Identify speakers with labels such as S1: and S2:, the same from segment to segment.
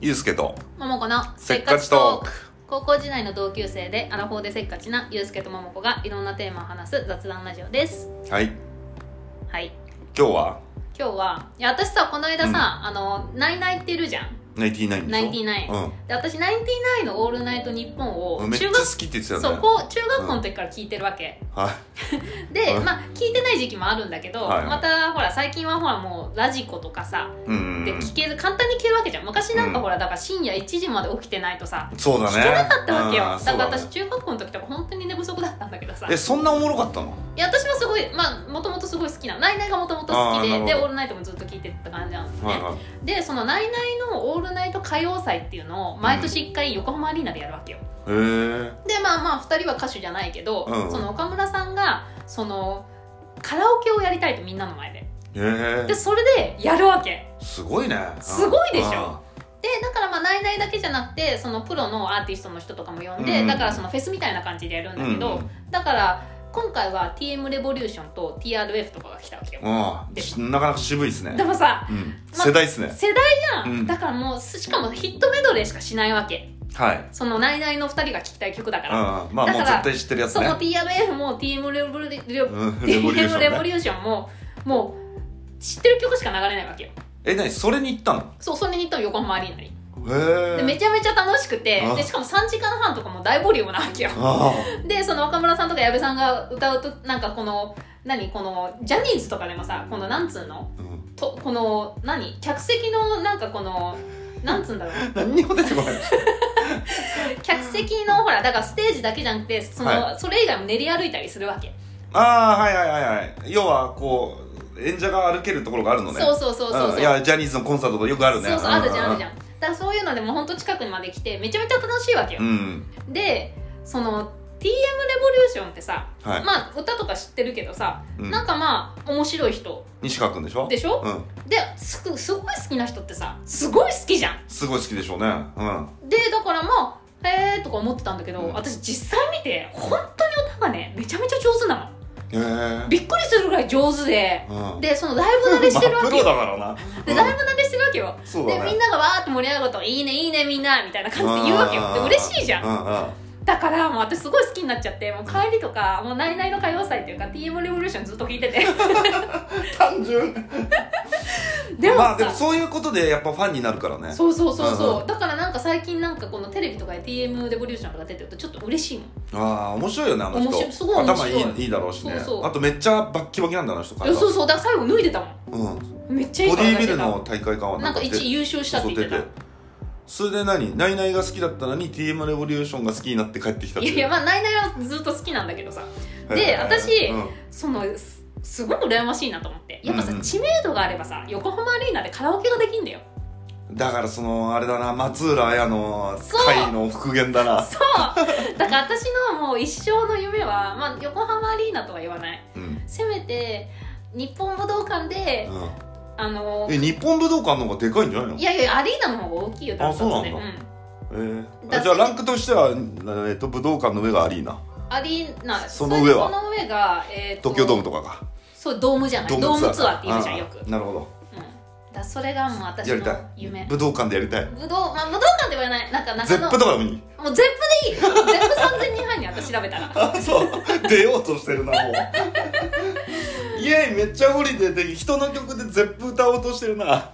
S1: ゆうすけと
S2: 桃子の
S1: せっかちトーク
S2: 高校時代の同級生でアラフォーでせっかちなゆうすけと桃子がいろんなテーマを話す雑談ラジオです
S1: はい
S2: はい
S1: 今日は
S2: 今日はいや私さこの間さ、あの「ナイナイ」っているじゃん
S1: ナインティナインでしょ
S2: 99で私「ナインティナインのオールナイトニッポン」
S1: う
S2: を
S1: んめっちゃ
S2: 中
S1: 好
S2: 学
S1: きって言ってた
S2: そ
S1: よ
S2: う
S1: ね
S2: こう中学校の時から聞いてるわけ、
S1: は
S2: で、
S1: うん
S2: まあ聞いてない時期もあるんだけど、
S1: はい
S2: またほら最近はほらもうラジコとかさ
S1: いうん
S2: で聞ける簡単に聞けるわけじゃん昔なんか
S1: うん
S2: ほらだから深夜1時まで起きてないとさ
S1: そうだね
S2: 聞けなかったわけよ
S1: うん
S2: だ
S1: そ
S2: か
S1: う
S2: ら
S1: だね
S2: 私中学校の時とか本当に寝不足だったんだけどさ
S1: えそんなおもろかったの
S2: いや私はすごいまあもともとすごい好きな「ナイナイ」がもともと好き
S1: あーなる
S2: で
S1: ほ
S2: で「
S1: ど
S2: オールナイト」もずっと聞いてた感じなんですね、
S1: はいはい
S2: でその「ナイナイ」の「オールナイト歌謡祭」っていうのを毎年1回横浜アリーナでやるわけよ、
S1: へえ
S2: でまあまあ2人は歌手じゃないけど、
S1: うん
S2: その岡村さんがそのカラオケをやりたいとみんなの前で
S1: へ
S2: でそれでやるわけ
S1: えすごいね
S2: すごいでしょでだからまあ「ナイナイ」だけじゃなくてそのプロのアーティストの人とかも呼んで、
S1: うん
S2: だからそのフェスみたいな感じでやるん
S1: う
S2: だ
S1: ん
S2: けど、だから今回は TM レボリューションと TRF とかが来たわけよ、
S1: うんなかなか渋いですね
S2: でもさ
S1: うん
S2: ま
S1: 世代っすね
S2: 世代じゃん、
S1: うん
S2: だからもうしかもヒットメドレーしかしないわけ
S1: はい
S2: そのナイナイの2人が聴きたい曲だか
S1: うん
S2: ら、
S1: まあ
S2: だ
S1: もう
S2: から
S1: 絶対知ってるやつ
S2: そ
S1: ね
S2: の TRF も TM レボリュ
S1: うん
S2: TM レボ
S1: ね
S2: リューションももう知ってる曲しか流れないわけよ
S1: え何それに行ったの
S2: そうそれに行ったの横浜アリーナに
S1: へ
S2: で
S1: え
S2: めちゃめちゃ楽しくて
S1: あ
S2: でしかも3時間半とかも大ボリュームなわけよ
S1: あ
S2: でその若村さんとか矢部さんが歌うとなんかこの何このジャニーズとかでもさこのなんつうの
S1: あうん
S2: とこの何客席のなんかこのなんつうんだろう
S1: 何にも出てこない
S2: 客席のほらだからステージだけじゃなくてその、
S1: は
S2: それ以外も練り歩いたりするわけ、
S1: ああはいはいはいはい要はこう演者が歩けるところがあるのね
S2: そうそうそうそう
S1: う
S2: そう
S1: んいやジャニーズのコンサートとかよくあるね
S2: そうそうあるじゃんあるじ
S1: ゃん
S2: ゃんだからそういうのでもうほんと近くにまで来てめちゃめちゃ楽しいわけよ、
S1: うん
S2: でその TM レボリューションってさ、
S1: はい
S2: まあ歌とか知ってるけどさ、
S1: うん
S2: なんかまあ面白い人
S1: 西川君でしょ
S2: でしょ
S1: うん
S2: ですすごい好きな人ってさすごい好きじゃん
S1: すごい好きでしょうねうん
S2: でだからまあへえとか思ってたんだけど、
S1: うん
S2: 私実際見て本当に歌がねめちゃめちゃ上手な
S1: へえ
S2: のびっくりするぐらい上手で
S1: うん
S2: でそのライブ慣れしてる
S1: ま
S2: わ
S1: あ
S2: け
S1: プロ
S2: よ、
S1: だからな
S2: でライブ慣れしてるわけよ
S1: うんそう
S2: で
S1: だ
S2: みん
S1: ね
S2: ながわーって盛り上がると「いいねいいねみんな」みたいな感じで言うわけよで嬉しいじゃん
S1: うんうん
S2: だからもう私すごい好きになっちゃってもう帰りとか「もうナイナイの歌謡祭」っていうか「TM レボリューション」ずっと聞い てて
S1: 単純
S2: でもさ、
S1: まあでもそういうことでやっぱファンになるからね
S2: そうそうそうそう、
S1: うんう
S2: だからなんか最近なんかこのテレビとかで TM レボリューションとか出てるとちょっと嬉しいもん
S1: ああ面白いよねあの人
S2: 面白いすごい面白い
S1: 頭いいいいだろうしね
S2: そうそう
S1: あとめっちゃバッキバキなんだあの人
S2: いやそう
S1: う
S2: そうだから最後脱いでたも
S1: うん
S2: んめっちゃいい
S1: ボデ
S2: 体
S1: ィー
S2: して
S1: ビ
S2: た
S1: ルの大会館は
S2: なんか
S1: 出
S2: 1優勝したって言ってた
S1: そう出てそれで何ナイナイが好きだったのに TM レボリューションが好きになって帰ってきたって
S2: いや
S1: いう
S2: いやまあナイナイはずっと好きなんだけどさで
S1: へー
S2: 私
S1: うん
S2: そのすすごい羨ましいなと思ってやっぱさ、
S1: うんうん
S2: 知名度があればさ横浜アリーナでカラオケができんだよ
S1: だからそのあれだな松浦綾の
S2: そう
S1: 会の復元だな
S2: そうだから私のもう一生の夢は、まあ、横浜アリーナとは言わない
S1: うん
S2: せめて日本武道館で、
S1: うん
S2: あの
S1: え日本武道館の方がでかいんじゃないの
S2: いやいやアリーナの方が大きいよ
S1: あそうなんだ
S2: ダント
S1: え
S2: ツで
S1: ー
S2: だ
S1: あじゃあランクとしては、えー、と武道館の上がアリーナ
S2: うんアリーナ
S1: その上は
S2: その上が、えーと
S1: 東京ドームとかが
S2: そうドームじゃないドームツアーって言うじゃん
S1: あ
S2: よく、うん、
S1: なるほど
S2: だそれがもう私
S1: やりたい
S2: の夢
S1: 武道館でやりたい
S2: 武道,、まあ、武道館ではないなんか
S1: ゼ
S2: 中
S1: ッ
S2: 野
S1: プとかでもいい
S2: もう絶プでいい絶プ3000人範囲に私調べたら
S1: あそう出ようとしてるなもうイエイめっちゃ無理でで人の曲でゼップ歌おうとしてるな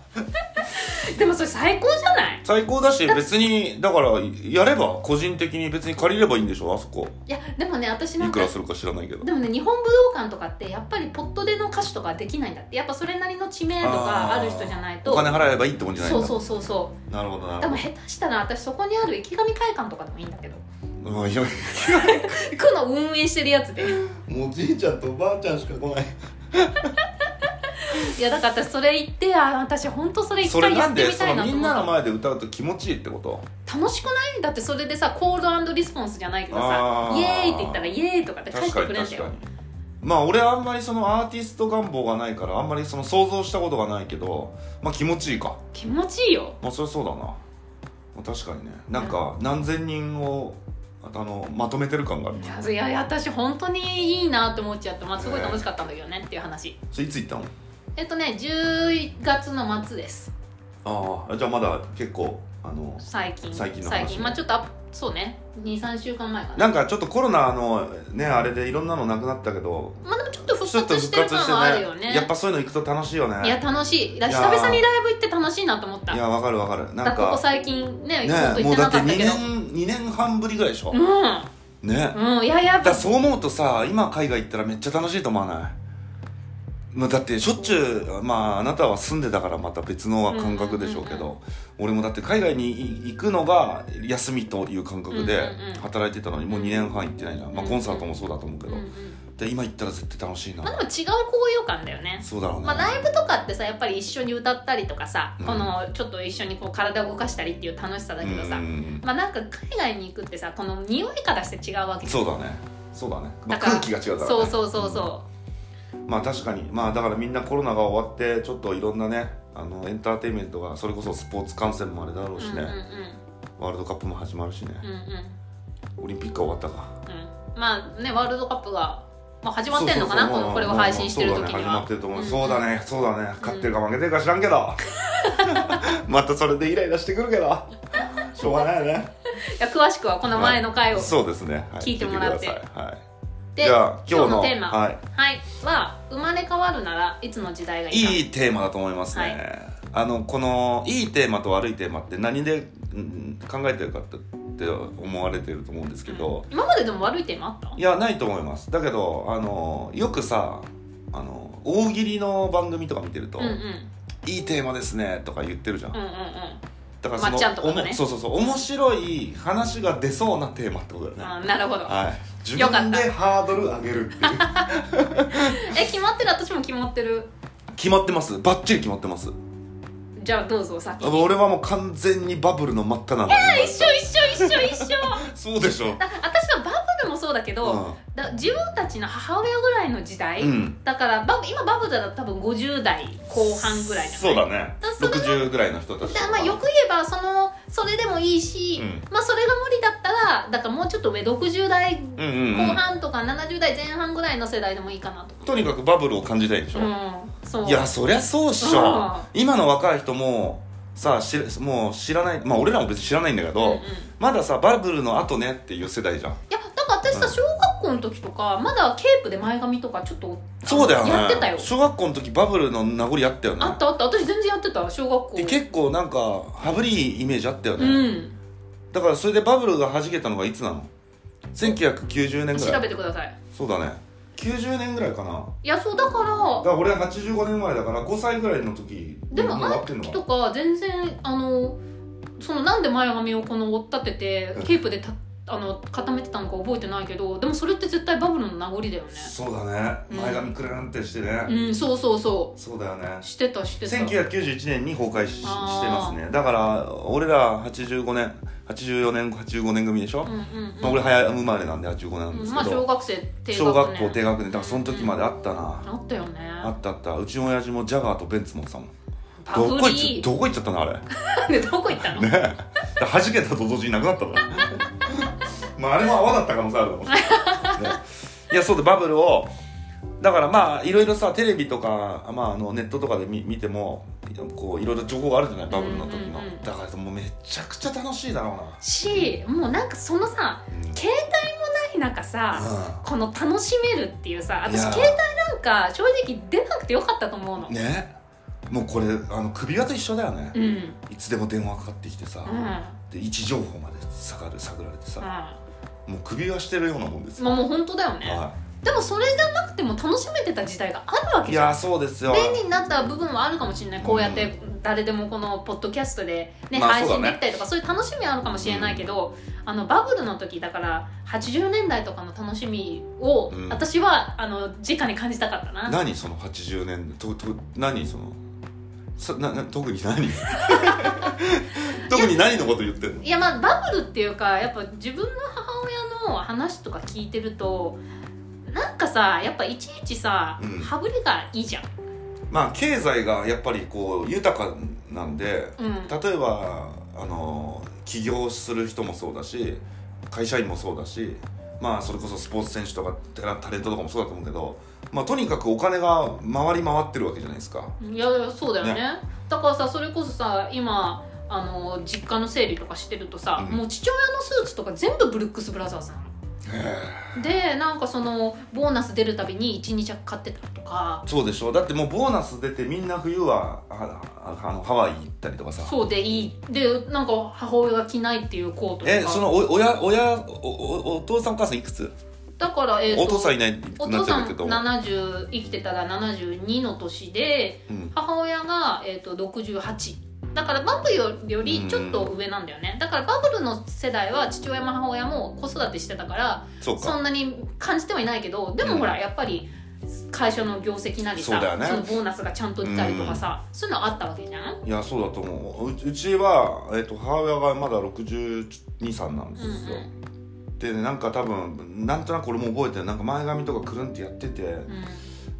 S2: でもそれ最高じゃない
S1: 最高だし別にだからやれば個人的に別に借りればいいんでしょあそこ
S2: いやでもね私ないん
S1: く
S2: から
S1: するか知らないけど
S2: でもね日本武道館とかってやっぱりポットでの歌手とかはできないんだってやっぱそれなりの知名度がある人じゃないと
S1: お金払えばいいってもんじゃないん
S2: そう
S1: だ
S2: そうそうそう
S1: なるほどな
S2: で
S1: る
S2: も
S1: ほ
S2: 下手したら私そこにある池上会館とかでもいいんだけど
S1: どうんいや
S2: 区の運営してるやつで
S1: もうじいちゃんとばあちゃんしか来ない
S2: いやだから私それ行ってあ私本当それ一
S1: それ
S2: 回
S1: な
S2: や
S1: ん
S2: って
S1: で
S2: み
S1: そ
S2: たい
S1: の
S2: なと
S1: み
S2: 思
S1: ん
S2: っ
S1: なの
S2: た
S1: 前で歌うと気持ちいいってこと
S2: 楽しくないだってそれでさコールリスポンスじゃないけどさ
S1: あー
S2: イエーイって言ったらイエーイとかって返してくれるんだよ
S1: まあ俺あんまりそのアーティスト願望がないからあんまりその想像したことがないけどまあ気持ちいいか
S2: 気持ちいいよ
S1: まあそりゃそうだな、まあ、確かにねなんか何千人をああのまとめてる感がある
S2: いやいやいや私本当にいいなと思っちゃって、まあ、すごい楽しかったんだけどねっていう話
S1: それいつ行ったの
S2: えっとね10月の末です
S1: ああじゃあまだ結構あの
S2: 最近
S1: 最近の話
S2: 最近まあちょっとあそうね23週間前かな
S1: なんかちょっとコロナのねあれでいろんなのなくなったけど
S2: まあでもちょっと復
S1: ちょっと
S2: 活し
S1: 復
S2: てる
S1: 活
S2: 感
S1: して
S2: はある
S1: ね
S2: よね
S1: やっぱそういうの行くと楽しいよね
S2: いや楽しいだ
S1: い
S2: 久
S1: や
S2: 々にライブ行って楽しいなと思った
S1: い
S2: だ
S1: やわかるわかるなん
S2: からここ
S1: か
S2: 最近ねちょっと
S1: ね
S2: 行
S1: も
S2: っ
S1: う
S2: て
S1: だ
S2: な
S1: って
S2: かっ
S1: 2
S2: たけ
S1: 年
S2: ど
S1: 2年半ぶりぐらいでしょ、ね
S2: うんうんいややっ
S1: だから
S2: ぱ
S1: そう思うとさ今海外行ったらめっちゃ楽しいと思わない、まあ、だってしょっちゅうまああなたは住んでたからまた別のは感覚でしょうけど、
S2: うんうん
S1: 俺もだって海外に行くのが休みという感覚で
S2: うんうんうん
S1: 働いてたのにもう2年半行ってないじゃん、まあ、コンサートもそうだと思うけど、
S2: うんうん
S1: で今行ったら絶対楽しいな、
S2: まあでも違う高揚感だよね
S1: そうだろうね、
S2: まあ、ライブとかってさやっぱり一緒に歌ったりとかさ、
S1: うん
S2: このちょっと一緒にこう体を動かしたりっていう楽しさだけどさ、
S1: うんうんうん
S2: まあなんか海外に行くってさこの匂いからして違うわけ
S1: そううだねそうだね、ま
S2: だ
S1: あ、
S2: から
S1: 空気が違うから、ね、
S2: そうそうそうそ
S1: まあ確かにまあだからみんなコロナが終わってちょっといろんなねあのエンターテインメントがそれこそスポーツ観戦もあれだろ
S2: う
S1: うし
S2: うん
S1: ね、
S2: うんうん
S1: ワールドカップも始まるしね、
S2: うんうん
S1: オリンピックは終わったか
S2: うんまあねワールドカップが、まあ、始まってんのかな
S1: そうそうそう
S2: こ
S1: まあ
S2: のこれを配信してる時には、
S1: まあそうだね始まってると思う、
S2: ん
S1: そうだねそうだね勝ってるか負けてるか知らんけど、またそれでイライラしてくるけどしょうがないよね
S2: いや詳しくはこの前の回を、
S1: そうですね、は
S2: 聞いてもらって
S1: 聞いくださいはい
S2: で
S1: じゃあ今日の
S2: テーマは、
S1: はい
S2: は生まれ変わるならいつの時代がいいか
S1: いいテーマだと思いますね、
S2: は
S1: あのこのいいテーマと悪いテーマって何でうん考えてるかってって思われてると思うんですけど
S2: う、ん今まででも悪いテーマあった
S1: いやないと思いますだけどあのよくさあの大喜利の番組とか見てると「
S2: うんうんうん
S1: いいテーマですね」とか言ってるじゃん、
S2: うんうん
S1: だからそ
S2: ま
S1: の
S2: っちゃんとかがね
S1: おもそうそうそう面白い話が出そうなテーマってことだよね、
S2: あーなるほど
S1: はい自
S2: よかった
S1: 分でハードル上げるっていう
S2: え決まってる私も決まってる
S1: 決まってますバッチリ決まってます
S2: じゃあどうぞ先に
S1: 俺はもう完全にバブルの真っ只中
S2: あ一緒一緒一緒一緒
S1: そうでしょ
S2: だ私はバブルもそうだけど、だ自分たちの母親ぐらいの時代、
S1: うん
S2: だからバブ今バブルだと多分50代後半ぐらいじ
S1: そ
S2: ゃない
S1: うだね
S2: だそれが
S1: 60ぐらいの人たちと
S2: だ
S1: か
S2: まあよく言えばそのそれでもいいし、
S1: うん
S2: まあそれが無理だったらだからもうちょっと上60代
S1: うんうん、う
S2: 後
S1: ん、
S2: 半とか70代前半ぐらいの世代でもいいかなと
S1: とにかくバブルを感じたいでしょ、
S2: 思う、うん、そう
S1: い
S2: い
S1: やそりゃそうっしょ今の若い人もさしもう知らないまあ俺らも別に知らないんだけ
S2: うん
S1: ど、
S2: うん、い
S1: まださバブルの後ねっていう世代じゃん
S2: やだから私さ小学校の時とかまだケープで前髪とかちょっと
S1: そうだよね
S2: やってたよ
S1: 小学校の時バブルの名残あったよね
S2: あったあった私全然やってた小学校
S1: で結構なんか羽振りいいイメージあったよ
S2: う
S1: ね、
S2: ん
S1: だからそれでバブルが弾けたのがいつなの1990年ぐら
S2: 調
S1: い
S2: べてください
S1: そうだね90年ぐらいかない
S2: やそうだ
S1: だ
S2: か
S1: から俺は85年生まれだから5歳ぐらいの時
S2: らでも
S1: もう終
S2: あ
S1: わ
S2: の
S1: ってんの
S2: 時
S1: か
S2: とか全然あのそのなんで前髪をこの折っ立てて
S1: うん
S2: ケープでたあの固めてたのか覚えてないけどでもそれって絶対バブルの名残だよね
S1: なそうだね
S2: うん
S1: 前髪くるんってしてね、
S2: うんそうそうそ
S1: そうだよね
S2: うしてたしてた
S1: 1991年に崩壊しして
S2: あー
S1: ますねだから俺ら85年84年85年組でしょ、
S2: うんうんうん
S1: まあ、俺早生まれなんで85年なんです
S2: まあ
S1: けど、
S2: 小学生低学年
S1: 小学校低学年だからその時まであったな、
S2: あったよね
S1: あったあったうちの親父もジャガーとベンツ持ってたもん
S2: バ
S1: ど
S2: ブ
S1: こ行っ
S2: リ
S1: どこ行っちゃったのあれ
S2: ー でどこ行ったの、
S1: で弾けたと同時になくなったの まああれも泡だった可能性あるだろう、ね、 いやそうでバブルをだからまあいろいろさテレビとか、まあ、あのネットとかで見見てもこういろいろ情報があるじゃないバブルの時の、
S2: うんうんうん
S1: だからもうめちゃくちゃ楽しいだろうな、
S2: しもうなんかそのさ
S1: うん
S2: 携帯もない中さ、この楽しめるっていうさ私
S1: いや
S2: 携帯なんか正直出なくてよかったと思うの、
S1: うんねもうこれあの首輪と一緒だよね、
S2: うんうん
S1: いつでも電話かかってきてさ、
S2: うん、うん
S1: で位置情報まで探る探られてさ、もう首輪してるようなもんですよ、
S2: まあもう本当だよね、
S1: は
S2: でもそれじゃなくても楽しめてた時代があるわ
S1: い、
S2: け
S1: い
S2: じゃ
S1: や
S2: ん
S1: そうですよ
S2: 便利になった部分はあるかもしれないこうやっ
S1: う
S2: て誰でもこのポッドキャストで、ね
S1: まあ
S2: 配
S1: そう
S2: 信
S1: だね
S2: できたりとかそういう楽しみはあるかもしれないけど、あのバブルの時だから80年代とかの楽しみを、
S1: うん
S2: 私はあの直に感じたかったな
S1: 何その80年とと何そのそなな特に 何特に何のこと言ってんの
S2: いやまあバブルっていうかやっぱ自分の母親の話とか聞いてるとなんかさやっぱいちいちさ、
S1: うん
S2: 羽振りがいいじゃん、
S1: まあ経済がやっぱりこう豊かなんで
S2: うん、
S1: 例えばあの起業する人もそうだし会社員もそうだしまあそれこそスポーツ選手とかタレタレントとかもそうだと思うけど、まあ、とにかくお金が回り回ってるわけじゃないですか
S2: いやそうだよねだからさそれこそさ今あの実家の整理とかしてるとさ、
S1: うん
S2: もう父親のスーツとか全部ブルックス・ブラザーズなの
S1: へ
S2: でなんかそのボーナス出るたびに12着買ってたとか
S1: ーそうでしょだってもうボーナス出てみんな冬はあああのハワイ行ったりとかさ
S2: そうでいいでなんか母親が着ないっていうコートとか
S1: えそのお親親おおお父さんお母さんいくつ、
S2: だから、えーと
S1: お父さんいないって
S2: お
S1: な
S2: 父
S1: っちゃ
S2: さ
S1: うんけど
S2: 70生きてたら72の年で
S1: うん、
S2: 母親が、えー、と68だからバブルよよりちょっと上なんだよねだからバブルの世代は父親も母親も子育てしてたから
S1: そう
S2: そ
S1: か
S2: んなに感じてはいないけどでもほら、やっぱり会社の業績なり
S1: そうだ
S2: さ
S1: よね
S2: のボーナスがちゃんと出たりとかさ、そういうのあったわけじゃん
S1: いやそうだと思ううちうちは、えっと母親がまだ623なんですよ、でなんか多分なんとなく俺も覚えてるなんか前髪とかくるんってやってて、
S2: うん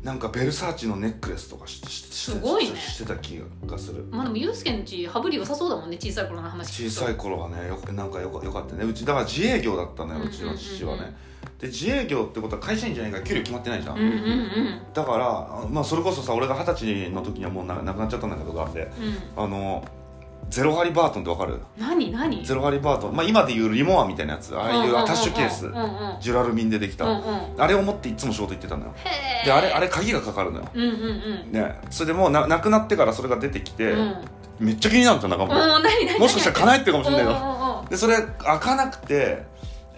S1: なんかベルサーチのネックレスとかししし
S2: すごいね
S1: ししてた気がする
S2: まあでもユースケのち羽振り良さそうだもんね小さい頃の話
S1: 小さい頃はねよくなんかよかよかったねうちだから自営業だったの
S2: うん
S1: よ
S2: う
S1: う
S2: んうんうん
S1: ちの父はね、で自営業ってことは会社員じゃないから給料決まってないじゃん、
S2: うんうんうん
S1: だからあまあそれこそさ俺が二十歳の時にはもうななくなっちゃったんだけどガンで
S2: うん
S1: あのゼロハリバートンってわかる
S2: 何何
S1: ゼロハリバートンまあ今でいうリモアみたいなやつああいうアタッシュケース
S2: うんうんうんうん
S1: ジュラルミンでできた、
S2: うんうん
S1: あれを持っていつも仕事行ってたのよ
S2: へー
S1: であれあれ鍵がかかるのよ
S2: うんうんうん
S1: ね、それでもうななくなってからそれが出てきて、
S2: うんうん
S1: めっちゃ気になった中も、
S2: 何何
S1: もしかしたら叶えてるかもしれないけど
S2: か
S1: でそれ開かなくて、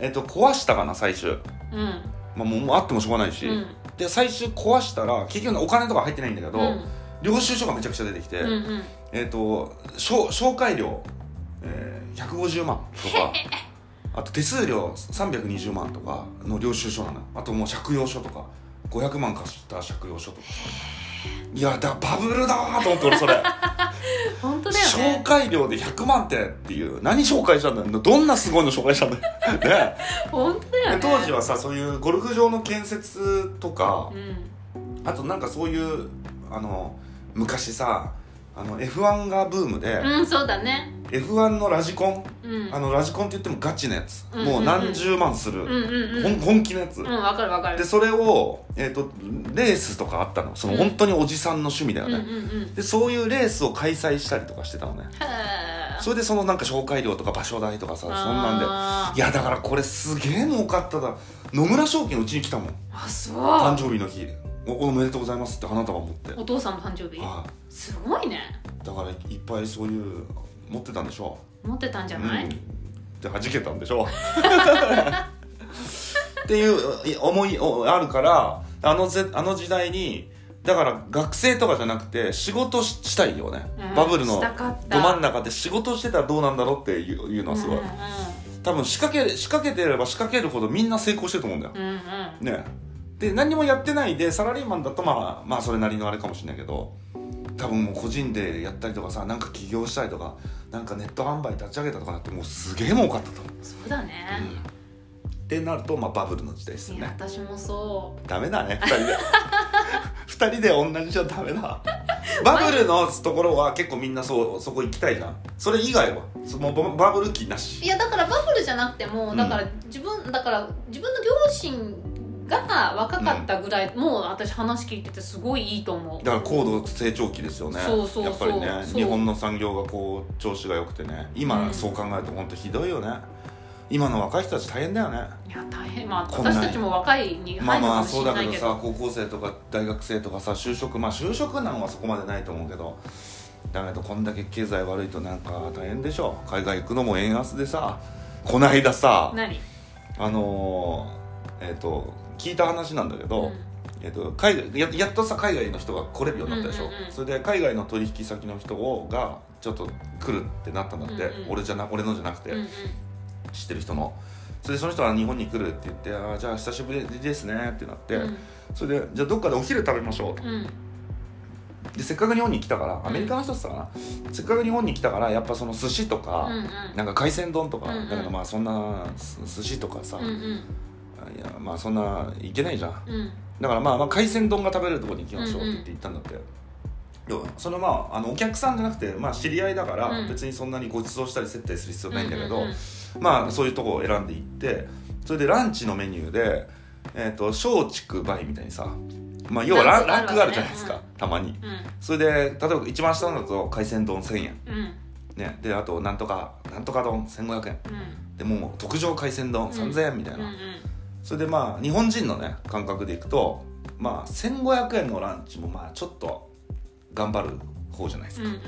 S1: えっと壊したかな最終、
S2: うんうん
S1: まあ、もうもうあってもしょうがないし、
S2: うん
S1: で最終壊したら結局お金とか入ってないんだけど、
S2: うん
S1: 領収書がめちゃくちゃ出てきて、
S2: うんうん
S1: えっと紹紹介料、えー、150万と かあと手数料320万とかの領収書なのあともう借用書とか500万貸した借用書とかいやだバブルだわと思って俺 それ。
S2: 本当だよ
S1: 紹
S2: ね
S1: 介料で100万点っていう何紹介したんだよどんなすごいの紹介したんだ よ、ね、
S2: 本当だよ
S1: で
S2: ね
S1: 当時はさそういうゴルフ場の建設とか
S2: うん
S1: あとなんかそういうあの昔さあの F1 がブームで、
S2: うんそうだね
S1: F1 のラジコン
S2: うん
S1: あのラジコンって言ってもガチなやつ、
S2: うん
S1: もう何十万する、
S2: うんうんう
S1: ほん
S2: ん
S1: 本気のやつ、
S2: うんわかるわかる
S1: でそれを、えー、とレースとかあったのその本当におじさんの趣味だよ
S2: うん
S1: ね、
S2: うんうん
S1: でそういうレースを開催したりとかしてたのね
S2: へー
S1: それでそのなんか紹介料とか場所代とかさそんなんで
S2: あー
S1: いやだからこれすげえ儲かっただ野村証券うちに来たもん
S2: あ
S1: 誕
S2: そ
S1: 生日の日おおめでとうございますって花束持って
S2: うお父さんの誕生日
S1: は
S2: すごいね
S1: いだからいっぱいそういう持ってたんでしょ
S2: 持ってたんじゃ
S1: う、
S2: ない
S1: うんで弾けたんでしょっていうい思いおあるからあのぜあの時代にだから学生とかじゃなくて仕事ししたいよね、
S2: うん
S1: バブルの
S2: したかった
S1: ど真ん中で仕事してたらどうなんだろうっていういうのはすごい、
S2: うん
S1: 多分仕掛け仕掛けてれば仕掛けるほどみんな成功してると思うんだよ、
S2: うんうんうん
S1: ねで何もやってないでサラリーマンだとまあまあそれなりのあれかもしれないけど多分もう個人でやったりとかさなんか起業したりとかなんかネット販売立ち上げたとかだってもうすげえ儲かったと思う、
S2: うんそうだね
S1: うんってなるとまあバブルの時代ですよ
S2: いや
S1: ね
S2: 私もそう
S1: ダメだね2人で2人で同じじゃダメだバブルのところは結構みんなそうそこ行きたいじゃんそれ以外はそのババブル期なし
S2: いやだからバブルじゃなくても
S1: うん
S2: だから自分、だから自分の両親が若かったぐらい、もう私話聞いててすごいいいと思う
S1: だから高度成長期ですよね
S2: そうそうそう
S1: やっぱりね
S2: そう
S1: 日本の産業がこう調子が良くてね今、
S2: うん
S1: そう考えると本当ひどいよね今の若い人たち大変だよね
S2: いや大変まあ
S1: こんなに
S2: 私たちも若いに
S1: まあ
S2: 入る
S1: ま
S2: か
S1: あ
S2: もし
S1: そう
S2: れ
S1: だ
S2: な
S1: け
S2: い
S1: ど
S2: けど,、
S1: さ高校生とか大学生とかさ就職まあ就職なんはそこまでないと思うけどだけどこんだけ経済悪いとなんか大変でしょ海外行くのも円安でさこないださ
S2: 何
S1: あのーえっ、と聞いた話なんだけど、
S2: うん
S1: えっと、海外ややっとさ海外の人が来れるようになったでしょ、
S2: うんうんうん
S1: それで海外の取引先の人をがちょっと来るってなったんだって、
S2: うんうん
S1: 俺じゃな俺のじゃなくて、
S2: うんうん
S1: 知ってる人のそれでその人が日本に来るって言って「あーじゃあ久しぶりですね」ってなって、
S2: うん
S1: それで「じゃあどっかでお昼食べましょう」と
S2: うん
S1: でせっかく日本に来たからアメリカの人だったかな、せっかく日本に来たからやっぱその寿司とか、
S2: うん
S1: なんか海鮮丼とか、
S2: うんうん
S1: だけどまあそんなす寿司とかさ、
S2: うんうん
S1: いやまあそんないけないじゃん
S2: うん
S1: だからまあまあ海鮮丼が食べれるところに行きましょうって言って行ったんだって、でもそのまああのお客さんじゃなくて、まあ、知り合いだから、
S2: うん
S1: 別にそんなにご馳走したり接待する必要ないんだけど、
S2: うんうん
S1: まあそういうとこを選んで行ってそれでランチのメニューでえーと松竹梅みたいにさ、まあ、要はラン
S2: ラ
S1: ラ
S2: ン
S1: ン
S2: ク
S1: ク
S2: が
S1: があ
S2: あるわけね
S1: るじゃないですか、たまに
S2: うん
S1: それで例えば一番下のだと海鮮丼1000円ね、であとなんとかなんとか丼1500円
S2: うん
S1: でもう特上海鮮丼3000円みたい
S2: うん
S1: な、
S2: うん
S1: それでまあ日本人のね感覚でいくとまあ1500円のランチもまあちょっと頑張る方じゃないです
S2: う
S1: か、
S2: んうん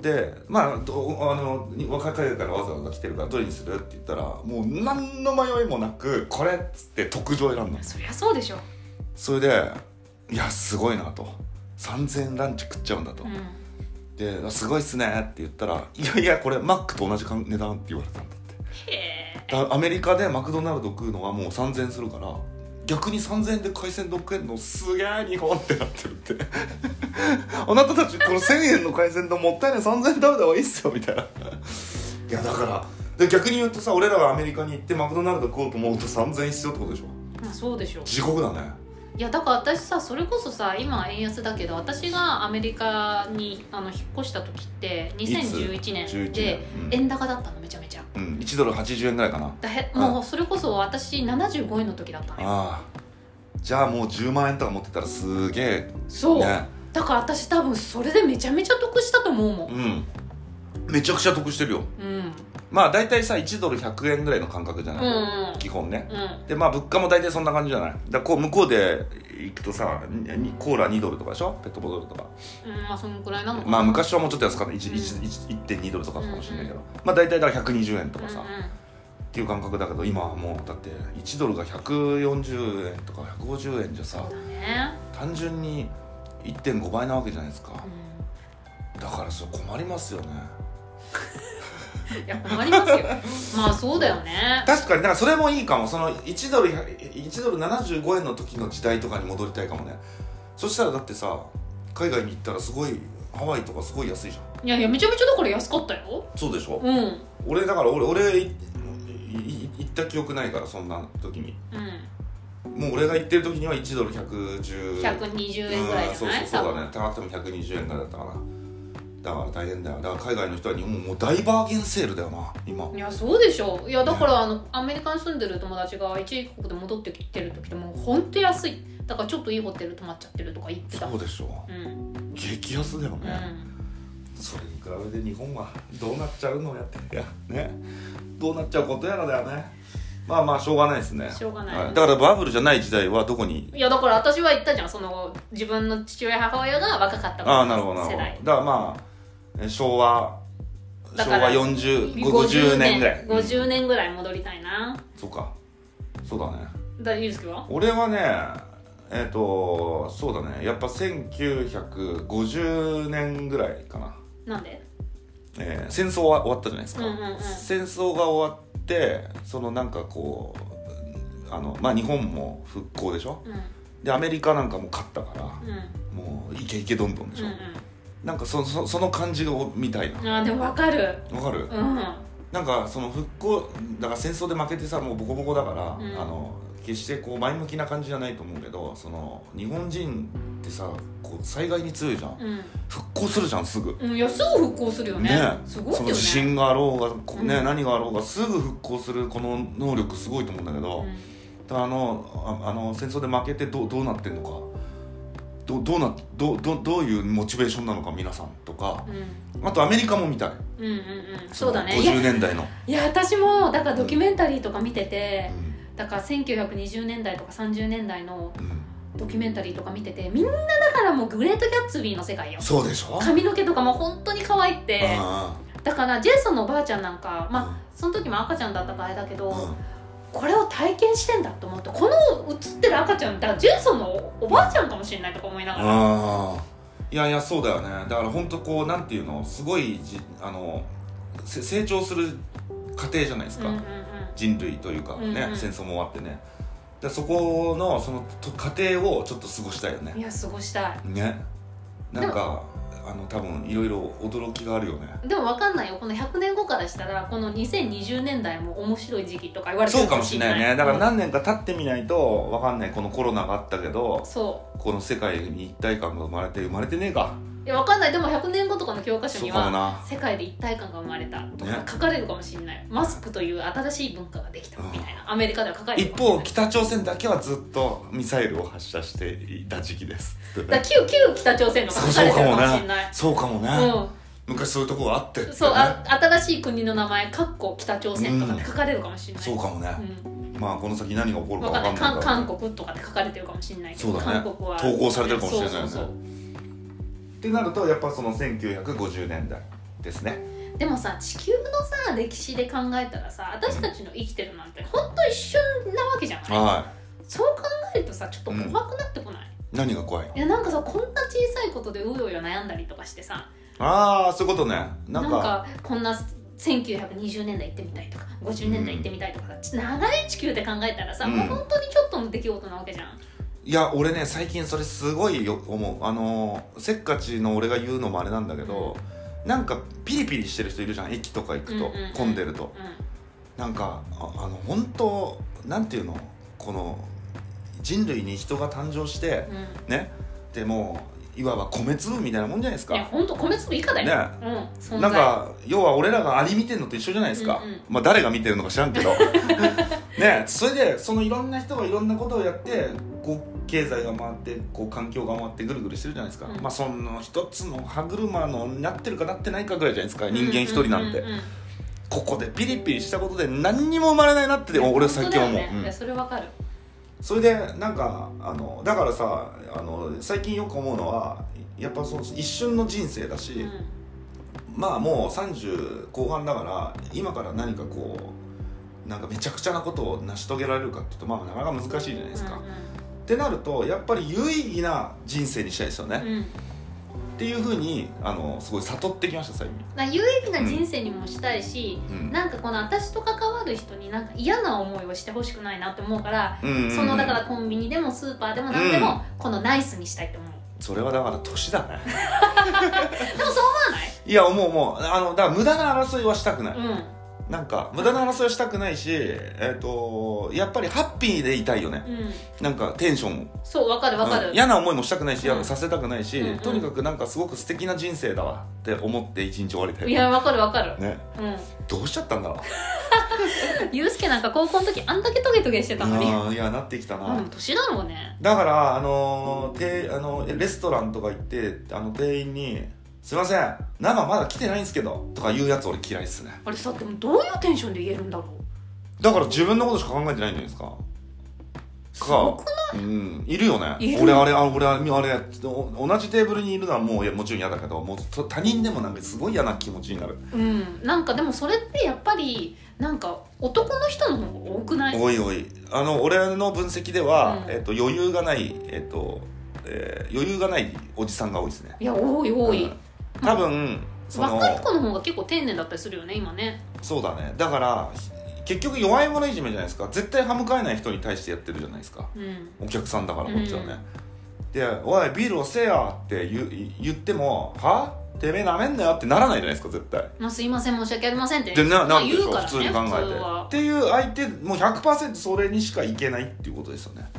S1: でまあどあのに若い海外からわざわざ来てるからどれにするって言ったらもう何の迷いもなくこれっつって特上選んだんです
S2: そりゃそうでしょ
S1: それでいやすごいなと3000円ランチ食っちゃうんだと、
S2: うん
S1: で「すごいっすね」って言ったら「いやいやこれマックと同じ値段」って言われたんだって
S2: へえ
S1: だアメリカでマクドナルド食うのはもう3000円するから逆に3000円で海鮮丼食えんのすげえ日本ってなってるって あなたたちこの1000円の海鮮丼もったいない3000円食べた方がいいっすよみたいないやだからで逆に言うとさ俺らがアメリカに行ってマクドナルド食おうと思うと3000円必要ってことでしょ
S2: まあそうでしょ
S1: 地獄だね
S2: いやだから私さそれこそさ今円安だけど私がアメリカにあの引っ越した時って2011年で
S1: 11年
S2: 円高だったのめちゃめちゃ
S1: うん、うん、1ドル80円ぐらいかな
S2: だへ
S1: うん
S2: もうそれこそ私75円の時だったのよ
S1: ああじゃあもう10万円とか持ってたらすげえ
S2: そう、
S1: ね
S2: だから私多分それでめちゃめちゃ得したと思うもん
S1: うんめちゃくちゃ得してるよ
S2: うん
S1: まあ大体さ1ドル100円ぐらいの感覚じゃ
S2: う
S1: なん
S2: う
S1: い、
S2: ん
S1: 基本ね
S2: うん
S1: でまあ物価も大体そんな感じじゃないだからこう向こうで行くとさにコーラ2ドルとかでしょペットボトルとか
S2: うんまあそのくらいなのかな
S1: まあ昔はもうちょっと安かった1 1 1.2ドルとかかもしれないけど、まあ大体だから120円とかさ、
S2: うん
S1: っ
S2: うん
S1: ていう感覚だけど今はもうだって1ドルが140円とか150円じゃさ
S2: そうだね、
S1: 単純に1.5倍なわけじゃないですか
S2: うん
S1: だからそれ困りますよね
S2: いや困 りますよまあそうだよね
S1: 確かになんかそれもいいかもその1ドル1ドル75円の時の時代とかに戻りたいかもねそしたらだってさ海外に行ったらすごいハワイとかすごい安いじゃん
S2: いやいやめちゃめちゃだから安かったよ
S1: そうでしょ、
S2: うんうん
S1: 俺だから俺俺いい行った記憶ないからそんな時にもう俺が行ってる時には1ドル110
S2: 120円ぐらいじゃない
S1: うんそうそうそうだ
S2: 多
S1: ね高くても120円ぐらいだったかなだから大変だよだから海外の人は日本もう大バーゲンセールだよな今
S2: 分いやそうでしょいやだからあのアメリカに住んでる友達が一時帰国で戻ってきてる時ってもうほんと安いだからちょっといいホテル泊まっちゃってるとか言ってたう
S1: そうでしょ
S2: ん
S1: 激安だよ
S2: う
S1: ね、
S2: ん
S1: それに比べて日本はどうなっちゃうのやっていやねどうなっちゃうことやらだよねまあまあしょうがないですね
S2: しょうがない、
S1: はい、だからバブルじゃない時代はどこに
S2: いやだから私は言ったじゃんその自分の父親母親が若かった
S1: ああなるほどなるほ
S2: 世
S1: どだ
S2: 代
S1: からまあえ昭和
S2: だ
S1: 昭
S2: から
S1: 和4050年ぐらいうん
S2: 50年ぐらい戻りたいな
S1: そうかそうだね
S2: だゆうすけは
S1: 俺はねえっ、とそうだねやっぱ1950年ぐらいかな
S2: なんで
S1: えー戦争は終わったじゃないですか、
S2: うんうんうん
S1: 戦争が終わってそのなんかこうあのまあ日本も復興でしょ
S2: うんう
S1: でアメリカなんかも勝ったから
S2: んうん
S1: もうイケイケどんどんでしょ、
S2: う
S1: なんかそそその感じをみたいなん
S2: うんあーでもわかる
S1: わかる
S2: うん
S1: なんかその復興だから戦争で負けてさもうボコボコだから、
S2: うん
S1: あの決してこう前向きな感じじゃないと思うけどその日本人ってさこう災害に強いじゃん
S2: うん
S1: 復興するじゃんすぐ
S2: うんいやすぐ復興するよね
S1: ね
S2: すごいよ
S1: そ
S2: ね
S1: の地震があろうがこね、
S2: うん
S1: 何があろうがすぐ復興するこの能力すごいと思うんだけ
S2: う
S1: ど、
S2: ん
S1: あのああの戦争で負けてどうどうなってんのかどどうなどうどうどういうモチベーションなのか皆さんとかあとアメリカも見たい
S2: うんうんうんうんそうだねいや
S1: 50年代の、
S2: いや私もだからドキュメンタリーとか見てて
S1: う
S2: だから1920年代とか30年代の
S1: んうん
S2: ドキュメンタリーとか見ててみんなだからもうグレート・ギャッツビーの世界よ
S1: そうでしょ
S2: 髪の毛とかも本当に可愛く
S1: うん
S2: てだからジェイソンのおばあちゃんなんかまあ
S1: あ
S2: その時も赤ちゃんだったからあれだけど、
S1: うん
S2: これを体験してんだと思ってこの映ってる赤ちゃんだからジェイソンのおばあちゃんかもしれないとか思いながら
S1: あーいやいやそうだよねだから本当こうなんていうのすごいじあのせ成長する過程じゃないです
S2: うん
S1: か、
S2: うんうん
S1: 人類というかね、
S2: うんうん
S1: 戦争も終わってねでそこのそのと過程をちょっと過ごしたいよ
S2: い
S1: ね
S2: や過ごしたい
S1: ねなんかあの多分いろいろ驚きがあるよね
S2: でも分かんないよこの100年後からしたらこの2020年代も面白い時期とか言われて
S1: そうかもしれないねだから
S2: な
S1: 何年か経ってみないと分かんないこのコロナがあったけど
S2: そ
S1: この世界に一体感が生まれて生まれてねえか
S2: ういや分かんないでも100年後とかの教科書
S1: そう
S2: に
S1: かも
S2: は
S1: な
S2: 世界で一体感が生まれたと
S1: ね
S2: か書かれるかもしれない、マスクという新しい文化ができたみたいな、アメリカでは書かれてる
S1: 一
S2: かもしれ
S1: 方
S2: ない
S1: 北朝鮮だけはずっとミサイルを発射していた時期です
S2: だから旧旧北朝鮮の書かれてるかもしれない
S1: そうかもね、
S2: うん
S1: 昔そういうとこがあってって、ね、
S2: そうあ新しい国の名前「かっこ北朝鮮」とかって書かれるかもしれない、
S1: そうかもね、
S2: うん
S1: まあこの先何が起こるか
S2: わ
S1: 分
S2: かん
S1: か
S2: なんい
S1: ない
S2: 韓
S1: から
S2: 韓国とかって書かれてるかもしれないけ
S1: そ
S2: ど、
S1: うだね
S2: 韓国は
S1: 投稿されてるかもしれないよね
S2: そうそうそう
S1: ってなるとやっぱその1950年代ですね
S2: でもさ地球のさ歴史で考えたらさ私たちの生きてるなんてほんと一瞬なわけじゃない、
S1: は
S2: そう考えるとさちょっと怖くなってこない、
S1: い何が怖いの
S2: いやなんかさこんな小さいことでうようよ悩んだりとかしてさ
S1: ああそういうことねな
S2: なん
S1: ん
S2: か
S1: か
S2: こんな1920年代行ってみたいとか50年代行ってみたいとかさ、長い地球で考えたらさ、
S1: うん
S2: もう本当にちょっとの出来事なわけじゃん
S1: いや俺ね最近それすごいよ思うあのーせっかちの俺が言うのもあれなんだけど、なんかピリピリしてる人いるじゃん駅とか行くと、
S2: うんうんうん
S1: 混んでると
S2: う
S1: なんかああの本当なんていうのこの人類に人が誕生して
S2: んうん
S1: ねでもういわば米粒みたいなもんじゃないです
S2: いや
S1: か
S2: ほんと米粒以下だよ、
S1: ね
S2: うん存在
S1: なんか要は俺らがアリ見てるのと一緒じゃないですか、
S2: うんうん
S1: まあ誰が見てるのか知らんけ どねそれでそのいろんな人がいろんなことをやってこう経済が回ってこう環境が回ってぐるぐるしてるじゃないですか、
S2: うん
S1: まあその一つの歯車のなってるかなってないかぐらいじゃないですか人間一人なんて、
S2: ううううん
S1: ここでピリピリしたことで何にも生まれないなって俺は最近思う、
S2: 本当だよね
S1: うん
S2: いやそれわかる
S1: それでなんかあのだからさあの最近よく思うのはやっぱその一瞬の人生だし、
S2: うん
S1: まあもう30後半だから今から何かこうなんかめちゃくちゃなことを成し遂げられるかっていうとまあなかなか難しいじゃないですか。
S2: うんう
S1: ってなるとやっぱり有意義な人生にしたいですよね。
S2: んうん
S1: っていうふうにあのすごい悟ってきました最近。
S2: な有意義な人生にもしたいし、
S1: うん
S2: なんかこの私と関わる人になんか嫌な思いをしてほしくないなって思うから、
S1: うんうんうん
S2: そのだからコンビニでもスーパーでも何でも、このナイスにしたいと思う
S1: それはだから年だね。
S2: でもそう
S1: いや思う思うあのだから無駄な争いはしたくない。
S2: 思わない、
S1: なんか無駄な争いはしたくないし、えっ、とやっぱりハッピーでいたいよね。
S2: うんうん、
S1: なんかテンションも
S2: そうわかるわかる、
S1: うん嫌な思いもしたくないし、
S2: うん
S1: させたくないし、
S2: うんうん
S1: とにかくなんかすごく素敵な人生だわって思って一日終わりたい
S2: いやわかるわかる、
S1: ね
S2: うん
S1: どうしちゃったんだろう
S2: ゆうすけなんか高校の時あんだけトゲトゲしてたのに
S1: あーいやなってきたな、
S2: うん年だろうね
S1: だからあのーてあのレストランとか行ってあの店員に「すいません生まだ来てないんですけど」とか言うやつ俺嫌いっすね
S2: あれさでもどういうテンションで言えるんだろう
S1: だから自分のことしか考えてないんじゃないですか
S2: すごく
S1: うん、いるよね
S2: いる
S1: 俺あれあ俺あれあれお同じテーブルにいるのはもういやもちろん嫌だけどもうと他人でもなんかすごい嫌な気持ちになる
S2: うん、なんかでもそれってやっぱりなんか男の人の方が多くない
S1: おいおいあの俺の分析では、
S2: うん
S1: えっと余裕がない、えっとえー余裕がないおじさんが多いですね
S2: いや多い多い、
S1: うん多分その
S2: 若い子の方が結構丁寧だったりするよね今ね
S1: そうだねだから結局弱い者いじめじゃないですか絶対歯向かえない人に対してやってるじゃないですか
S2: うん
S1: お客さんだからこっちはね、で「おいビールをせえや」って言う言っても「はてめえなめんなよ」ってならないじゃないですか絶対
S2: まあ、すいません申し訳ありませんって
S1: でななんで
S2: 言
S1: し
S2: う
S1: ょ
S2: から
S1: 普
S2: ね
S1: 通に考
S2: 普通
S1: えて
S2: は
S1: っていう相手もう100%それにしかいけないっていうことですよね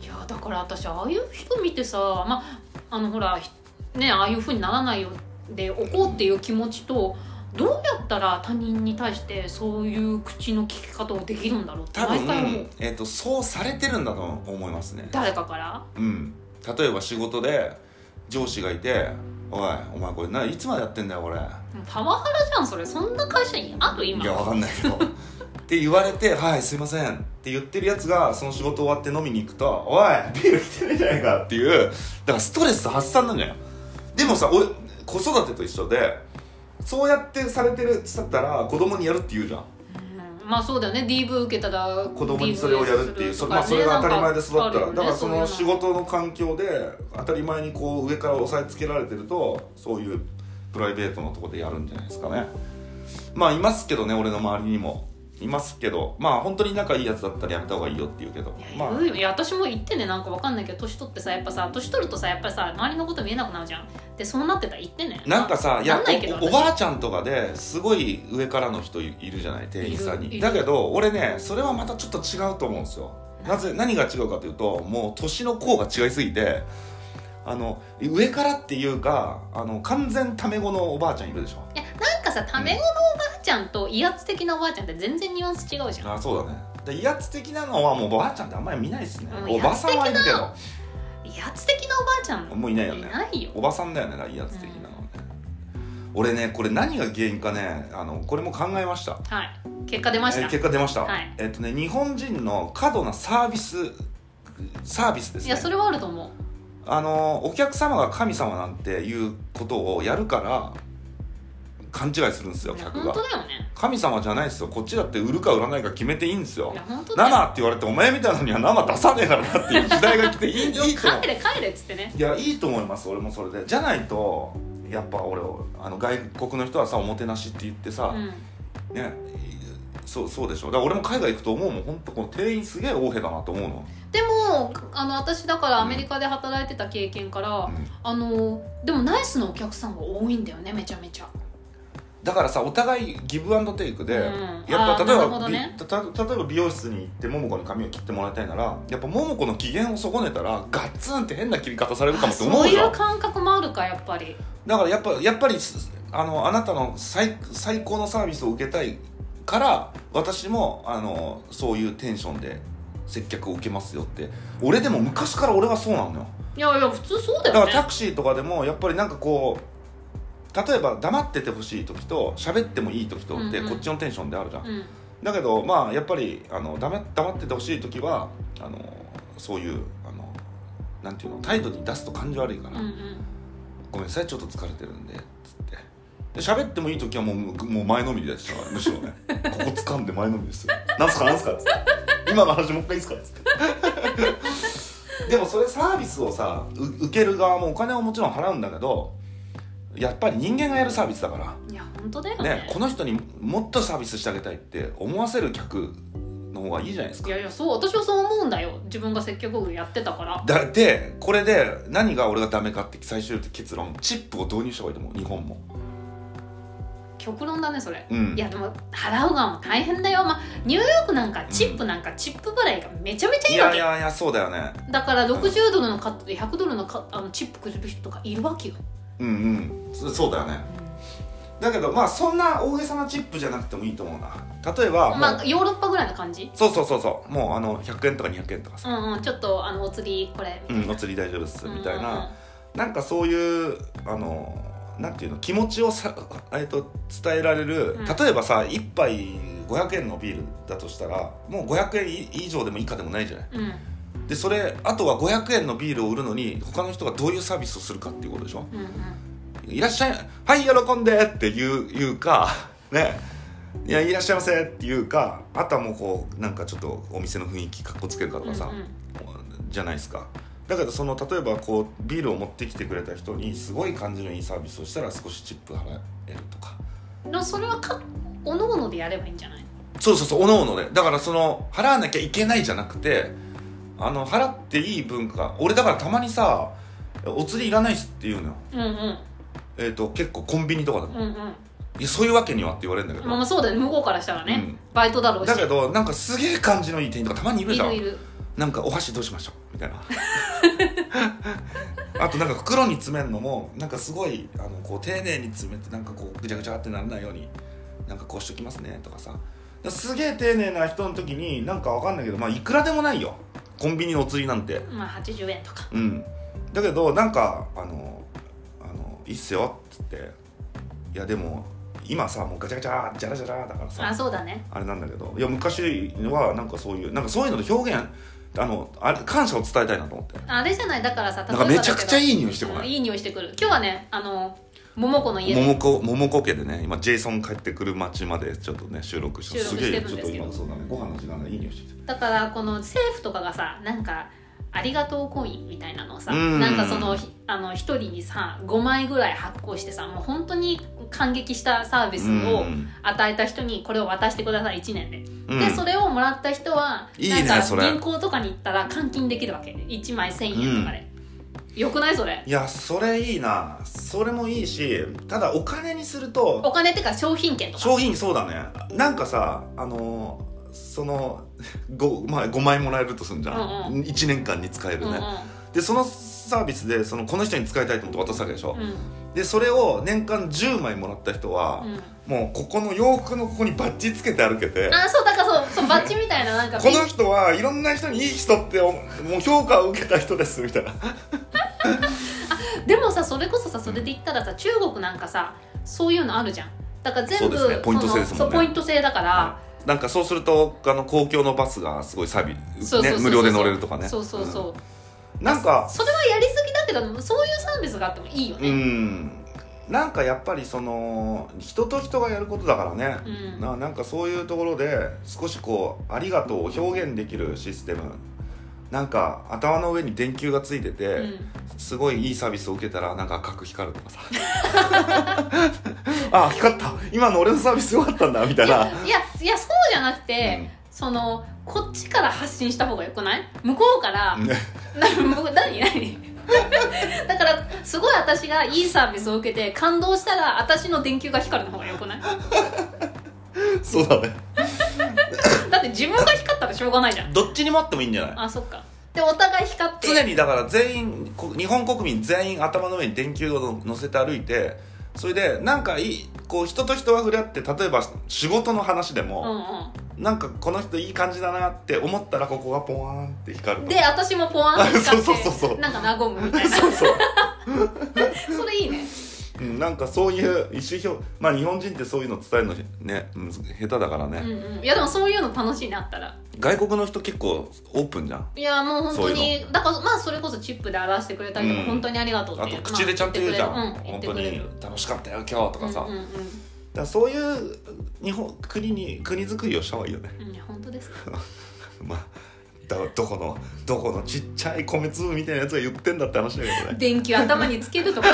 S2: いやだから私ああいう人見てさまああのほらひねああいうふうにならないよでおこうっていう気持ちとどうやったら他人に対してそういう口の利き方をできるんだろうって
S1: 多
S2: 毎回思う
S1: 分、えっとそうされてるんだと思いますね、
S2: 誰かから
S1: うん、例えば仕事で上司がいて「おいお前これないつまでやってんだよこれ」
S2: パワハラじゃんそれそんな会社にある今
S1: いやわかんないけど って言われて「はいすいません」って言ってるやつがその仕事終わって飲みに行くと「おいビール来てるじゃないか」っていうだからストレス発散なんじゃないでもさお子育てと一緒でそうやってされてるっつったら子供にやるって言うじゃん
S2: うんまあそうだよね DV 受けたら
S1: 子供にそれをやるっていう、それまあ、それが当たり前で育ったら、だからその仕事の環境で当たり前にこう上から押さえつけられてるとそういうプライベートのとこでやるんじゃないですかねまあいますけどね俺の周りにもいますけどまあ本当に仲いいやつだったらやめた方がいいよって言うけど
S2: いや,、
S1: まあ
S2: いや私も言ってねなんかわかんないけど年取ってさやっぱさ年取るとさやっぱりさ周りのこと見えなくなるじゃんでそうなってたら言ってね
S1: なんかさい
S2: な
S1: や
S2: んないけど
S1: おお
S2: 私
S1: ばあちゃんとかですごい上からの人いいるじゃない店員さん
S2: いる
S1: に
S2: いる
S1: だけど俺ねそれはまたちょっと違うと思うんですよなぜ何が違うかというともう年の功が違いすぎてあの上からっていうかあの完全タメ語のおばあちゃんいるでしょ
S2: いやなんかさタメ語のおばあちゃんと威圧的なおばあちゃんって全然ニュアンス違うじゃん
S1: あそうだねで威圧的なのはもうおばあちゃんってあんまり見ないですね
S2: うん
S1: おばさんはいるけど
S2: 威圧的なおばあちゃん
S1: もういないよね
S2: いないよ
S1: おばさんだよねだから威圧的なのはね、俺ねこれ何が原因かねあのこれも考えました
S2: はい結果出まし
S1: えー
S2: た
S1: 結果出ました、
S2: はい
S1: えっとね日本人の過度なサービスサービスです
S2: い
S1: ね
S2: やそれはあると思う
S1: あのお客様が神様なんていうことをやるから勘違いするんですよ
S2: いや
S1: 客
S2: 本
S1: が
S2: 当だよね
S1: 神様じゃないですよこっちだって売るか売らないか決めていいんですよ
S2: いや本当だよ
S1: 生って言われてお前みたいなのには生出さねえからなっていう時代が来ていいい いと思う
S2: 帰れ帰れっつってね
S1: いやいいと思います俺もそれでじゃないとやっぱ俺あの外国の人はさおもてなしって言って
S2: う
S1: さ、
S2: ん
S1: ねそうそうでしょだから俺も海外行くと思うもん本当この店員すげえ横柄だなと思うの、
S2: でもあの私だからアメリカで働いてた経験から、
S1: うん
S2: あのでもナイスのお客さんが多いんだよねめちゃめちゃ
S1: だからさお互いギブアンドテイクで、
S2: うん
S1: やっ
S2: あ
S1: ぱ
S2: ー
S1: 例え
S2: なるほ
S1: ば、
S2: どね
S1: びたた例えば美容室に行って桃子に髪を切ってもらいたいならやっぱ桃子の機嫌を損ねたらガッツンって変な切り方されるかもって思
S2: そうう
S1: じ
S2: い
S1: ゃん
S2: う感覚もあるかやっぱり
S1: だからやっぱやっぱりすあのあなたの最最高のサービスを受けたいから私もあのそういうテンションで接客を受けますよって俺でも昔から俺はそうなのよ
S2: いやいや普通そう
S1: だ
S2: だ
S1: か
S2: よ
S1: ら
S2: ね
S1: タクシーとかでもやっぱりなんかこう例えば黙っててほしい時と喋ってもいい時とって
S2: うんうん
S1: こっちのテンションであるじゃん、
S2: うん
S1: だけどまあやっぱりあの黙黙っててほしい時はあのそういうあのなんていうの態度に出すと感じ悪いから、
S2: うんうん
S1: ごめんなさいちょっと疲れてるんで」つってで喋ってもいい時はもうもう前のめりでしたからむしろね ここ掴んで前のめりですよ「なんすかなんすか」っつって「今の話もう一回いいっすか」っつって でもそれサービスをさう受ける側もお金をもちろん払うんだけどやっぱり人間がやるサービスだか
S2: いや本当だよ
S1: ら
S2: ね
S1: ねこの人にもっとサービスしてあげたいって思わせる客の方がいいじゃないです
S2: い
S1: か
S2: やいやそう私はそう思うんだよ自分が接客業やってたから
S1: だでこれで何が俺がダメかって最終的結論チップを導入した方がいいと思う日本も
S2: 極論だねそれ、
S1: うん
S2: いやでも払う側も大変だよ、まあ、ニューヨークなんかチップなんかチップ払いがめちゃめちゃい
S1: い
S2: いわ
S1: や
S2: け
S1: いやいやそうだよね
S2: だから60ドルのカットで100ドルのカあのチップくれる人とかいるわけよ、
S1: うんうんそそうだよね
S2: う
S1: だけどまあそんな大げさなチップじゃなくてもいいと思うな例えばも
S2: ん
S1: う、
S2: まあヨーロッパぐらいの感じ
S1: そうそうそうそうもうあの100円とか200円とか
S2: う
S1: さ、
S2: んうんちょっとあのお釣りこれ
S1: うんお釣り大丈夫っすみたい
S2: うんうん
S1: な、なんかそういうあのなんていうの気持ちをさ、えっと、伝えられる、
S2: うん
S1: 例えばさ1杯500円のビールだとしたらもう500円い以上でも以下でもないじゃない
S2: うんうん
S1: でそれあとは500円のビールを売るのに他の人がどういうサービスをするかっていうことでしょ、
S2: うんうん
S1: いらっしゃい、はい、喜んでって言う、言うか、 ね。いや、いらっしゃいませっていうか、あとはもうこう、なんかちょっとお店の雰囲気かっこつけるかとかさ、
S2: うんうん
S1: じゃないですか。だけどその例えばこうビールを持ってきてくれた人にすごい感じのいいサービスをしたら少しチップ払えるとか
S2: でもそれはかおのおのでやればいいんじゃない
S1: そうそうそうおのおのでだからその払わなきゃいけないじゃなくてあの払っていい文化俺だからたまにさお釣りいらないっすって言うのよ、
S2: うんうん
S1: えー、と結構コンビニとかでも、
S2: うんうん
S1: いやそういうわけにはって言われるんだけど、
S2: まあまあそうだよね向こうからしたらね、
S1: うん
S2: バイトだろうし
S1: だけどなんかすげえ感じのいい店員とかたまにいる
S2: い
S1: じゃ
S2: るい
S1: ん
S2: る
S1: なんかお箸どうしましょうみたいな あとなんか袋に詰めるのもなんかすごいあのこう丁寧に詰めてなんかこうぐちゃぐちゃってならないようになんかこうしときますねとかさだからすげえ丁寧な人の時になんかわかんないけどまあいくらでもないよコンビニのお釣りなんて
S2: まあ80円とか
S1: うんだけどなんかあのあの「いいっすよ」っつって「いやでも今さもうガチャガチャじゃらじゃらだからさ
S2: あそうだね
S1: あれなんだけどいや昔はなんかそういうなんかそういうので表現あのあれ感謝を伝えたいなと思って
S2: あれじゃないだからさ
S1: なんかめちゃくちゃ
S2: い
S1: いい匂いしてこない
S2: いい匂いしてくる今日はねあの桃子の家で
S1: 桃子桃子家でね今ジェイソン帰ってくる街までちょっとね収録して
S2: 収録
S1: すげ
S2: して
S1: え
S2: るん
S1: ちょっ
S2: で
S1: と
S2: すけど
S1: 今そうだねご飯の時間がいい匂いしてきて
S2: だからこの政府とかがさなんかありがとうコインみたいなのをさ
S1: うん
S2: なんかそのひあの1人にさ5枚ぐらい発行してさもう本当に感激したサービスを
S1: うん
S2: 与えた人にこれを渡してください1年で
S1: うん
S2: でそれをもらった人はい
S1: いね
S2: なん
S1: そ
S2: か
S1: れ
S2: 銀行とかに行ったら換金できるわけ1枚1000円とかで、よくないそれ
S1: いやそれいいなそれもいいしただお金にすると
S2: お金っていうか商品券とか
S1: 商品そうだねなんかさあのその 5, まあ、5枚もらえるとすんじゃん、
S2: うん
S1: 1年間に使えるね、
S2: うんうん
S1: でそのサービスでそのこの人に使いたいと思って渡すわけでしょ、
S2: うん
S1: でそれを年間10枚もらった人は、
S2: うん
S1: もうここの洋服のここにバッジつけて歩けて
S2: あそうだからそうそうバッジみたいななんか
S1: この人はいろんな人にいい人っておもう評価を受けた人ですみたいな
S2: でもさそれこそさそれで言ったらさ中国なんかさそういうのあるじゃんだから全部
S1: そうですねポイント制ですもんね
S2: そのそうポイント制だから、
S1: なんかそうするとあの公共のバスがすごいサビ、ね
S2: そうそうそうそう、
S1: 無料で乗れるとかね
S2: そうそうそう、
S1: うんなんか
S2: それはやりすぎだけどそういうサービスがあってもいいよ
S1: う
S2: ね
S1: んなんかやっぱりその人と人がやることだからね、
S2: うん、
S1: ななんかそういうところで少しこう「ありがとう」を表現できるシステムなんか頭の上に電球がついてて、
S2: うん
S1: すごいいいサービスを受けたらなんか赤く光るとかさ あ光った今の俺のサービスよかったんだみたい
S2: い
S1: な
S2: や、いやいやそうじゃなくて、そのこっちから発信した方がよくない向こうから
S1: うん
S2: なもう何何 だからすごい私がいいサービスを受けて感動したら私の電球が光るの方がよくない
S1: そうだね
S2: だって自分が光ったらしょうがないじゃん
S1: どっちにもあってもいいんじゃない
S2: あそっかでお互い光って
S1: 常にだから全員こ日本国民全員頭の上に電球を乗せて歩いてそれでなんかいいこう人と人が触れ合って例えば仕事の話で
S2: うん
S1: も、なんかこの人いい感じだなって思ったらここがポワーンって光る
S2: うん
S1: と
S2: で私もポワンって光って
S1: そうそうそうそう
S2: なんか和むみたい な
S1: そうそう、
S2: それいいね
S1: うん、なんかそういう意思表まあ日本人ってそういうの伝えるのね、うん、下手だからね、
S2: うんうんいやでもそういうの楽しいなったら
S1: 外国の人結構オープンじゃん
S2: いやもう本当
S1: そう
S2: にだからまあそれこそチップで表してくれたりとか、
S1: うん
S2: 本当にありがとう
S1: あ
S2: って
S1: と口でちゃんと言うじゃん、本当に楽しかったよ今日と
S2: と
S1: かさ、
S2: うん
S1: だ
S2: うん
S1: からそういう日本国に国づくりをした方がいいよね
S2: うん、うん、本当ですか
S1: まあだどこのどこのちっちゃい米粒みたいなやつが言ってんだって話だけどね
S2: 電球頭につけるとか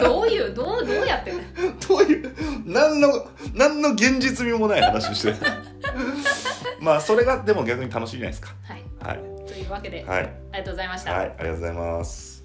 S2: どういうどうどうやってね
S1: どういう何の何の現実味もない話をしてる まあそれがでも逆に楽しいじゃないですか
S2: はい
S1: はい
S2: というわけで、
S1: はい
S2: ありがとうございました、
S1: はいありがとうございます